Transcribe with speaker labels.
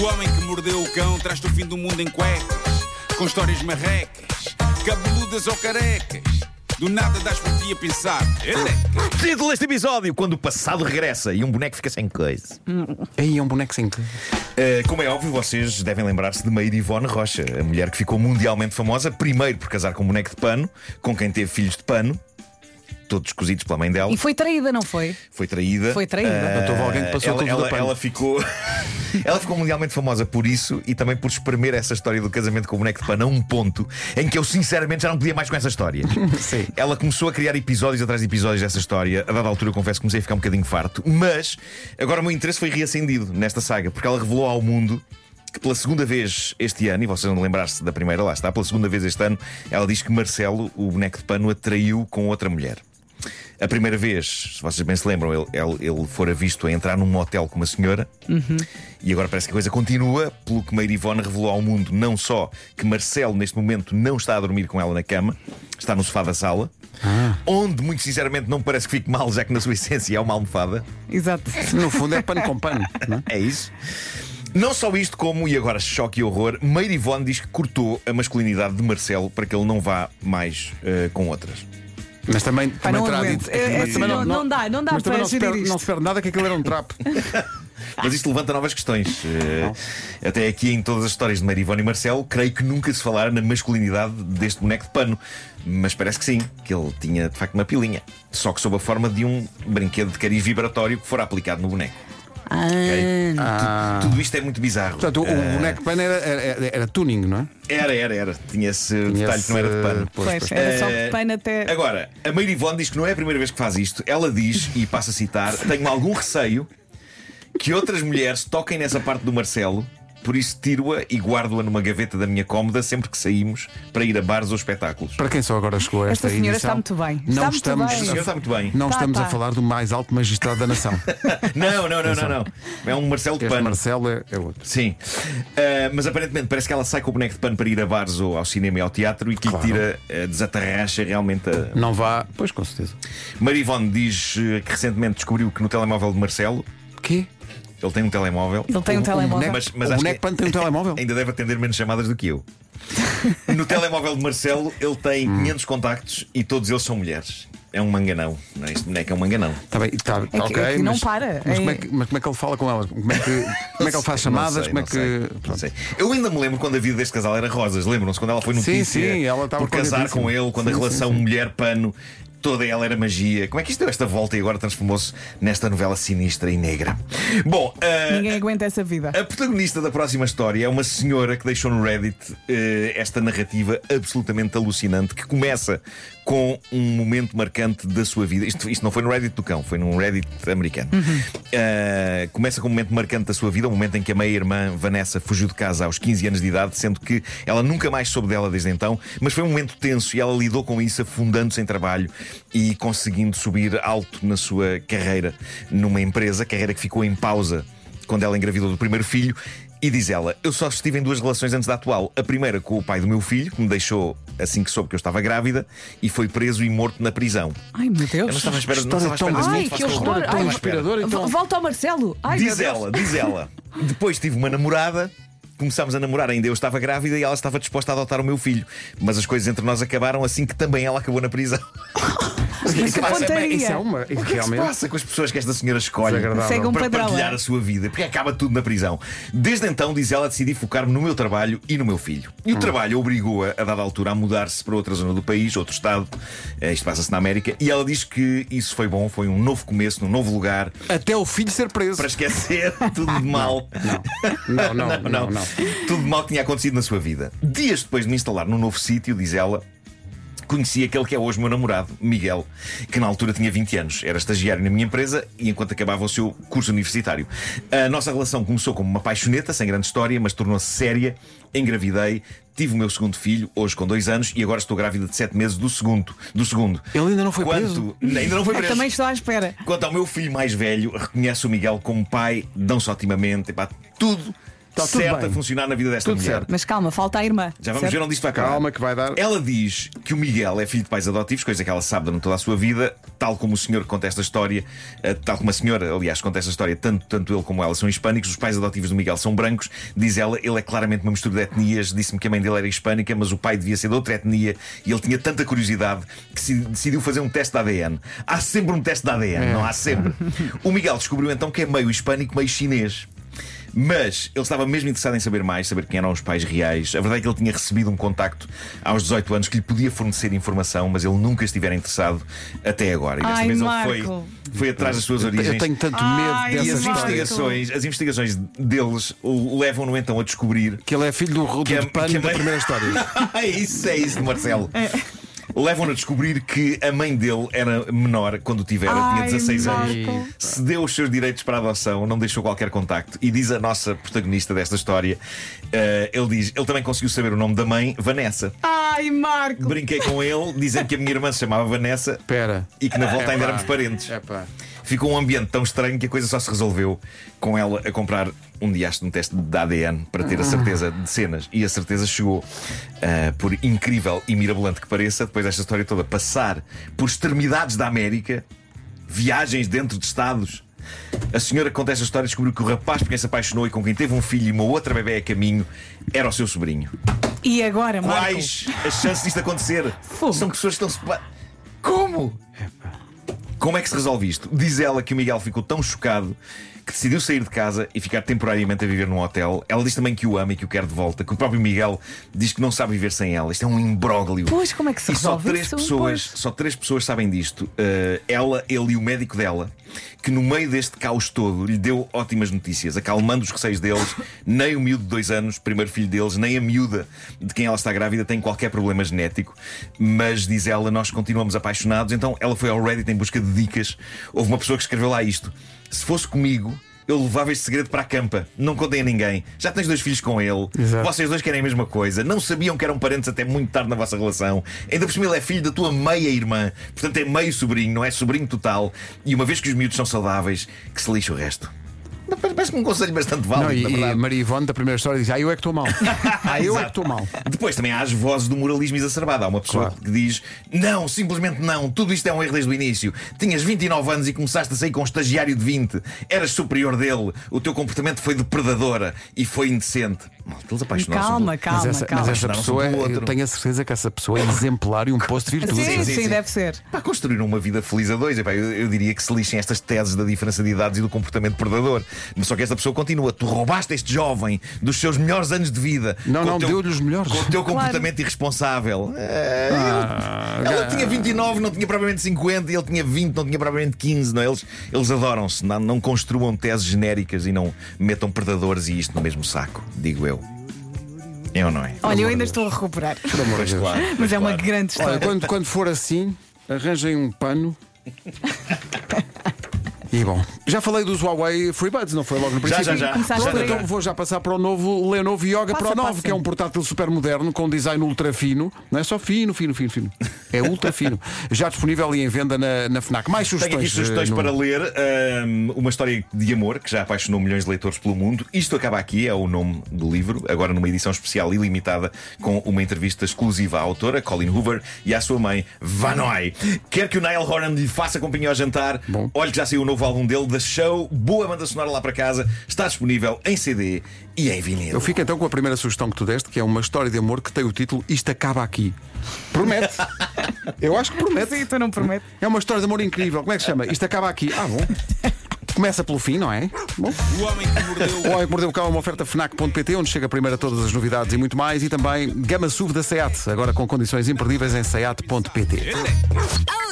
Speaker 1: O homem que mordeu o cão traz-te o fim do mundo em cuecas, com histórias marrecas, cabeludas ou carecas. Do nada das por ti a pensar. Ele é
Speaker 2: Título deste episódio: Quando o passado regressa e um boneco fica sem coisa.
Speaker 3: Aí é um boneco sem.
Speaker 2: Uh, como é óbvio, vocês devem lembrar-se de Maíra Ivone Rocha, a mulher que ficou mundialmente famosa, primeiro por casar com um boneco de pano, com quem teve filhos de pano, todos cozidos pela mãe dela.
Speaker 4: E foi traída, não foi?
Speaker 2: Foi traída.
Speaker 4: Foi traída.
Speaker 2: Ah,
Speaker 3: Então, houve alguém que passou
Speaker 2: ela,
Speaker 3: aquilo tudo
Speaker 2: ela,
Speaker 3: a pano.
Speaker 2: ela ficou Ela ficou mundialmente famosa por isso e também por espremer essa história do casamento com o boneco de pano a um ponto em que eu sinceramente já não podia mais com essa história.
Speaker 3: Sim.
Speaker 2: Ela começou a criar episódios atrás de episódios dessa história. A dada altura, eu confesso que comecei a ficar um bocadinho farto. Mas agora o meu interesse foi reacendido nesta saga, porque ela revelou ao mundo que pela segunda vez este ano, e vocês vão lembrar-se da primeira, lá está, pela segunda vez este ano, ela diz que Marcelo, o boneco de pano, atraiu com outra mulher. A primeira vez, se vocês bem se lembram, ele, ele, ele fora visto a entrar num motel com uma senhora. E agora parece que a coisa continua, pelo que Meira Ivone revelou ao mundo não só que Marcelo, neste momento, não está a dormir com ela na cama, está no sofá da sala, onde, muito sinceramente, não parece que fique mal, já que na sua essência é uma almofada.
Speaker 4: Exato.
Speaker 3: No fundo é pano com pano. não é?
Speaker 2: É isso. Não só isto, como, e agora choque e horror, Meira Ivone diz que cortou a masculinidade de Marcelo para que ele não vá mais eh, com outras.
Speaker 3: Mas também,
Speaker 4: Pá,
Speaker 3: também
Speaker 4: não
Speaker 3: terá
Speaker 4: aguento.
Speaker 3: dito.
Speaker 4: É, é,
Speaker 3: Mas
Speaker 4: assim,
Speaker 3: também
Speaker 4: não, não dá, não dá
Speaker 3: mas também
Speaker 4: para
Speaker 3: não se, perde,
Speaker 4: gerir
Speaker 3: não
Speaker 4: isto.
Speaker 3: se perde nada que aquilo era um trapo.
Speaker 2: Mas isto levanta novas questões. Eh, até aqui, em todas as histórias de Meira Ivone e Marcelo, creio que nunca se falara na masculinidade deste boneco de pano. Mas parece que sim, que ele tinha de facto uma pilinha. Só que sob a forma de um brinquedo de cariz vibratório que fora aplicado no boneco.
Speaker 4: Ah, Hum.
Speaker 2: ok? Tu- Tudo isto é muito bizarro.
Speaker 3: Portanto, o, o boneco de pano era, era, era tuning, não é?
Speaker 2: Era, era, era. Tinha esse
Speaker 3: Tinha
Speaker 2: detalhe
Speaker 3: esse,
Speaker 2: que não era de pano.
Speaker 3: pois,
Speaker 4: Pois,
Speaker 3: pois.
Speaker 4: era só
Speaker 2: Eh,
Speaker 4: de pano até.
Speaker 2: Agora, a Meira Ivone diz que não é a primeira vez que faz isto. Ela diz, e passa a citar: Tenho algum receio que outras mulheres toquem nessa parte do Marcelo, por isso tiro-a e guardo-a numa gaveta da minha cómoda sempre que saímos para ir a bares ou espetáculos.
Speaker 3: Para quem só agora chegou a esta,
Speaker 4: Esta senhora
Speaker 3: edição,
Speaker 4: está muito bem. Está
Speaker 3: Não
Speaker 4: muito
Speaker 3: estamos,
Speaker 4: bem.
Speaker 2: O senhor está muito bem.
Speaker 3: Não
Speaker 4: Tá,
Speaker 3: estamos a
Speaker 4: tá.
Speaker 3: falar do mais alto magistrado da nação.
Speaker 2: Não, não, não, não, não. É um Marcelo de
Speaker 3: Este
Speaker 2: pano.
Speaker 3: Marcelo é, é outro.
Speaker 2: Sim. Ah, mas aparentemente parece que ela sai com o boneco de pano para ir a bares ou ao cinema e ao teatro e que
Speaker 3: Claro.
Speaker 2: lhe tira, ah, desatarracha realmente a,
Speaker 3: Não vá. Pois, com certeza.
Speaker 2: Marivone diz eh, que recentemente descobriu que no telemóvel de Marcelo,
Speaker 3: Quê?
Speaker 2: ele tem um telemóvel,
Speaker 4: Ele tem um telemóvel.
Speaker 2: boneco- Mas- mas
Speaker 3: o
Speaker 2: acho
Speaker 3: boneco
Speaker 2: que- É-
Speaker 3: pano tem um telemóvel?
Speaker 2: ainda deve atender menos chamadas do que eu. No telemóvel de Marcelo, ele tem
Speaker 3: Hum.
Speaker 2: 500 contactos e todos eles são mulheres. É um manganão. Não é? Este boneco é um manganão.
Speaker 3: Está Tá bem, está
Speaker 4: que-
Speaker 3: ok.
Speaker 4: é que não
Speaker 3: mas,
Speaker 4: para,
Speaker 3: Mas,
Speaker 4: é-
Speaker 3: como é que, mas como é que ele fala com elas? Como é que, como é que ele faz
Speaker 2: Não
Speaker 3: chamadas?
Speaker 2: sei,
Speaker 3: como é
Speaker 2: não
Speaker 3: que.
Speaker 2: sei, não
Speaker 3: pronto.
Speaker 2: sei. Eu ainda me lembro quando a vida deste casal era rosas. Lembram-se quando ela foi
Speaker 3: Sim,
Speaker 2: notícia
Speaker 3: sim, ela estava
Speaker 2: por casar
Speaker 3: contentíssima.
Speaker 2: com ele, quando
Speaker 3: Sim,
Speaker 2: a relação mulher-pano, toda ela era magia. Como é que isto deu esta volta e agora transformou-se nesta novela sinistra e negra? Bom, ah,
Speaker 4: Ninguém aguenta essa vida.
Speaker 2: A protagonista da próxima história é uma senhora que deixou no Reddit eh, esta narrativa absolutamente alucinante que começa com um momento marcante da sua vida. Isto, isto não foi no Reddit do cão, foi num Reddit americano. Eh, começa com um momento marcante da sua vida, um momento em que a meia-irmã Vanessa fugiu de casa aos 15 anos de idade, sendo que ela nunca mais soube dela desde então, mas foi um momento tenso e ela lidou com isso afundando-se em trabalho e conseguindo subir alto na sua carreira numa empresa, carreira que ficou em pausa quando ela engravidou do primeiro filho, e diz ela: Eu só estive em duas relações antes da atual. A primeira com o pai do meu filho, que me deixou assim que soube que eu estava grávida, e foi preso e morto na prisão.
Speaker 4: Ai meu
Speaker 2: Eu não
Speaker 4: Deus.
Speaker 2: estava à espera, não
Speaker 3: História
Speaker 2: estava à espera
Speaker 3: tão- então.
Speaker 2: desse
Speaker 4: Ai,
Speaker 2: momento,
Speaker 4: que
Speaker 2: faço
Speaker 4: horror.
Speaker 2: favor.
Speaker 4: Ai,
Speaker 2: Não estava à espera.
Speaker 3: inspirador e tão.
Speaker 4: Vol- Volta ao Marcelo. Ai, meu
Speaker 2: Diz
Speaker 4: Deus.
Speaker 2: ela, diz ela. Depois tive uma namorada. Começámos a namorar, ainda eu estava grávida e ela estava disposta a adotar o meu filho. Mas as coisas entre nós acabaram assim que também ela acabou na prisão.
Speaker 3: Mas isso
Speaker 4: Que
Speaker 3: é-
Speaker 4: pontaria.
Speaker 3: Isso é uma. Isso
Speaker 2: O que é que se
Speaker 3: realmente.
Speaker 2: passa com as pessoas que esta senhora escolhe
Speaker 3: Desagradável.
Speaker 4: Segue um
Speaker 2: para
Speaker 4: padrão,
Speaker 2: partilhar
Speaker 4: é?
Speaker 2: a sua vida? Porque acaba tudo na prisão. Desde então, diz ela, decidi focar-me no meu trabalho e no meu filho. E o trabalho obrigou-a, a dada altura, a mudar-se para outra zona do país, outro estado. Eh, Isto passa-se na América. E ela diz que isso foi bom, foi um novo começo, num novo lugar,
Speaker 3: Até o filho ser preso.
Speaker 2: para esquecer tudo de mal.
Speaker 3: Não, não, não, não.
Speaker 2: Tudo de mal que tinha acontecido na sua vida. Dias depois de me instalar num novo sítio, diz ela. Conheci aquele que é hoje meu namorado, Miguel, que na altura tinha 20 anos, era estagiário na minha empresa e enquanto acabava o seu curso universitário. A nossa relação começou como uma paixoneta, sem grande história, mas tornou-se séria. Engravidei, tive o meu segundo filho, hoje com dois anos, e agora estou grávida de sete meses do segundo. Do segundo.
Speaker 3: Ele ainda não foi
Speaker 2: Quanto... Ainda não foi preso.
Speaker 4: Ah, Também estou à espera.
Speaker 2: Quanto ao meu filho mais velho, reconhece o Miguel como pai, não só otimamente, epá, tudo
Speaker 3: Tá tudo
Speaker 2: certa
Speaker 3: bem.
Speaker 2: a funcionar na vida desta
Speaker 3: Tudo
Speaker 2: mulher.
Speaker 3: certo.
Speaker 4: Mas calma, falta a irmã.
Speaker 2: Já vamos
Speaker 4: certo?
Speaker 2: ver onde é isto vai acabar.
Speaker 3: Calma que vai dar.
Speaker 2: Ela diz que o Miguel é filho de pais adotivos, coisa que ela sabe durante toda a sua vida, tal como o senhor que conta esta história, eh, tal como a senhora, aliás, conta esta história, tanto, tanto ele como ela são hispânicos, os pais adotivos do Miguel são brancos, diz ela, ele é claramente uma mistura de etnias, disse-me que a mãe dele era hispânica, mas o pai devia ser de outra etnia e ele tinha tanta curiosidade que se- decidiu fazer um teste de ADN. Há sempre um teste de
Speaker 3: É.
Speaker 2: ADN, não há sempre. O Miguel descobriu então que é meio hispânico, meio chinês. Mas ele estava mesmo interessado em saber mais, saber quem eram os pais reais. A verdade é que ele tinha recebido um contacto aos 18 anos que lhe podia fornecer informação, mas ele nunca estivera interessado até agora. E desta
Speaker 4: Ai,
Speaker 2: vez ele foi,
Speaker 4: Marco.
Speaker 2: foi atrás das suas origens.
Speaker 3: Eu tenho tanto
Speaker 4: Ai,
Speaker 3: medo
Speaker 2: E
Speaker 3: dessa
Speaker 2: as
Speaker 4: Marco.
Speaker 3: história.
Speaker 2: investigações, as investigações deles o levam-no então a descobrir
Speaker 3: Que ele é filho do, do
Speaker 2: que a-
Speaker 3: de pano
Speaker 2: que a
Speaker 3: da
Speaker 2: mãe-
Speaker 3: primeira história.
Speaker 2: é isso, é isso, Marcelo. Levam-no a descobrir que a mãe dele era menor quando o tivera, tinha
Speaker 4: Ai,
Speaker 2: 16 anos.
Speaker 4: Marco.
Speaker 2: Cedeu os seus direitos para a adoção, não deixou qualquer contacto. E diz a nossa protagonista desta história: eh, ele diz, ele também conseguiu saber o nome da mãe, Vanessa.
Speaker 4: Ai, Marco.
Speaker 2: Brinquei com ele, dizendo que a minha irmã se chamava Vanessa
Speaker 3: Espera.
Speaker 2: e que na volta ainda
Speaker 3: Epá.
Speaker 2: éramos parentes.
Speaker 3: Epá.
Speaker 2: Ficou um ambiente tão estranho que a coisa só se resolveu com ela a comprar um diasto, um teste de ADN para ter a certeza de cenas. E a certeza chegou. Ah, por incrível e mirabolante que pareça, depois desta história toda, passar por extremidades da América, viagens dentro de estados. A senhora que conta esta história descobriu que o rapaz por quem se apaixonou e com quem teve um filho e uma outra bebé a caminho era o seu sobrinho.
Speaker 4: E agora, Marco?
Speaker 2: Quais as chances disto acontecer?
Speaker 4: Fogo.
Speaker 2: São pessoas que estão se Como? Como é que se resolve isto? Diz ela que o Miguel ficou tão chocado que decidiu sair de casa e ficar temporariamente a viver num hotel. Ela diz também que o ama e que o quer de volta, que o próprio Miguel diz que não sabe viver sem ela. Isto é um imbróglio.
Speaker 4: Pois, como é que se
Speaker 2: E só
Speaker 4: resolve
Speaker 2: três
Speaker 4: isso?
Speaker 2: pessoas, só três pessoas sabem disto. Eh, ela, ele e o médico dela, que no meio deste caos todo lhe deu ótimas notícias, acalmando os receios deles. nem o miúdo de dois anos, primeiro filho deles, nem a miúda de quem ela está grávida tem qualquer problema genético. Mas diz ela, nós continuamos apaixonados. Então ela foi ao Reddit em busca de dicas. Houve uma pessoa que escreveu lá isto: se fosse comigo. Eu levava este segredo para a campa, não contei a ninguém. Já tens dois filhos com ele,
Speaker 3: Exato.
Speaker 2: vocês dois querem a mesma coisa, não sabiam que eram parentes até muito tarde na vossa relação. Ainda por cima ele é filho da tua meia-irmã, portanto é meio sobrinho, não é sobrinho total. E uma vez que os miúdos são saudáveis, que se lixe o resto. Não, parece- Parece-me um conselho bastante válido,
Speaker 3: Não, e,
Speaker 2: na
Speaker 3: e
Speaker 2: verdade.
Speaker 3: Maria Ivone da primeira história diz: Ah, eu é que estou mal. Ah, eu é que
Speaker 2: Exato.
Speaker 3: estou mal.
Speaker 2: Depois também há as vozes do moralismo exacerbado. Há uma pessoa
Speaker 3: Claro.
Speaker 2: que diz: Não, simplesmente não, tudo isto é um erro desde o início. Tinhas 29 anos e começaste a sair com um estagiário de 20, eras superior dele, o teu comportamento foi depredadora e foi indecente. Malta, eles apaixonaram-se.
Speaker 4: Calma, calma,
Speaker 3: mas essa,
Speaker 4: calma.
Speaker 3: mas essa
Speaker 2: Não,
Speaker 3: pessoa, é,
Speaker 2: um do outro.
Speaker 3: eu tenho a certeza que essa pessoa é exemplar e um posto de virtude.
Speaker 4: Sim,
Speaker 2: sim,
Speaker 4: sim,
Speaker 2: sim.
Speaker 4: deve ser.
Speaker 2: Para construir uma vida feliz a dois, epá, eu, eu diria que se lixem estas teses da diferença de idades e do comportamento predador. Mas só que esta pessoa continua. Tu roubaste este jovem dos seus melhores anos de vida.
Speaker 3: Não,
Speaker 2: com o
Speaker 3: não,
Speaker 2: teu-
Speaker 3: deu-lhe os melhores.
Speaker 2: Com o teu comportamento irresponsável. É, ele-
Speaker 3: Ah,
Speaker 2: ela tinha 29, não tinha propriamente 50, e ele tinha 20, não tinha propriamente 15. Não, é? eles eles adoram-se. Não, não construam teses genéricas e não metam predadores e isto no mesmo saco, digo eu. Eu não é?
Speaker 4: Olha, eu ainda estou a recuperar.
Speaker 2: Pois claro,
Speaker 4: Mas
Speaker 2: pois
Speaker 4: é uma
Speaker 2: claro.
Speaker 4: grande
Speaker 3: Olha,
Speaker 4: história.
Speaker 2: tá.
Speaker 3: quando, quando for assim, arranjem um pano. E bom, já falei dos Huawei FreeBuds, não foi logo no
Speaker 2: Já,
Speaker 3: princípio?
Speaker 2: já, já.
Speaker 4: Começaste
Speaker 2: já,
Speaker 4: por
Speaker 2: já,
Speaker 4: aí.
Speaker 2: já.
Speaker 3: Então vou já passar para o novo Lenovo Yoga
Speaker 4: Passa,
Speaker 3: Pro 9,
Speaker 4: passa.
Speaker 3: que é um portátil super moderno com design ultra fino. Não é só fino, fino, fino, fino. É ultra fino. Já disponível e em venda na, na Fnac. Mais sugestões.
Speaker 2: Tenho aqui sugestões
Speaker 3: eh, Nuno?
Speaker 2: para ler. hum, uma história de amor que já apaixonou milhões de leitores pelo mundo. Isto acaba aqui, é o nome do livro. Agora numa edição especial e limitada com uma entrevista exclusiva à autora, Colin Hoover, e à sua mãe, Vanoi. Quer que o Niall Horan lhe faça companhia ao jantar?
Speaker 3: Bom.
Speaker 2: Olha que já saiu o novo álbum dele, The Show. Boa banda sonora lá para casa. Está disponível em CD e em vinil.
Speaker 3: Eu fico então com a primeira sugestão que tu deste, que é uma história de amor que tem o título Isto Acaba Aqui. Promete. Eu acho que promete.
Speaker 4: Sim, tu não prometes.
Speaker 3: É uma história de amor incrível. Como é que se chama? Isto Acaba Aqui. Ah, bom. Começa pelo fim, não é? Bom.
Speaker 1: O homem que mordeu
Speaker 3: O Homem que Mordeu o Cão é uma oferta FNAC.pt, onde chega primeiro a todas as novidades e muito mais. E também Gama SUV da SEAT, agora com condições imperdíveis em SEAT.pt.
Speaker 1: Ele.
Speaker 5: Oh,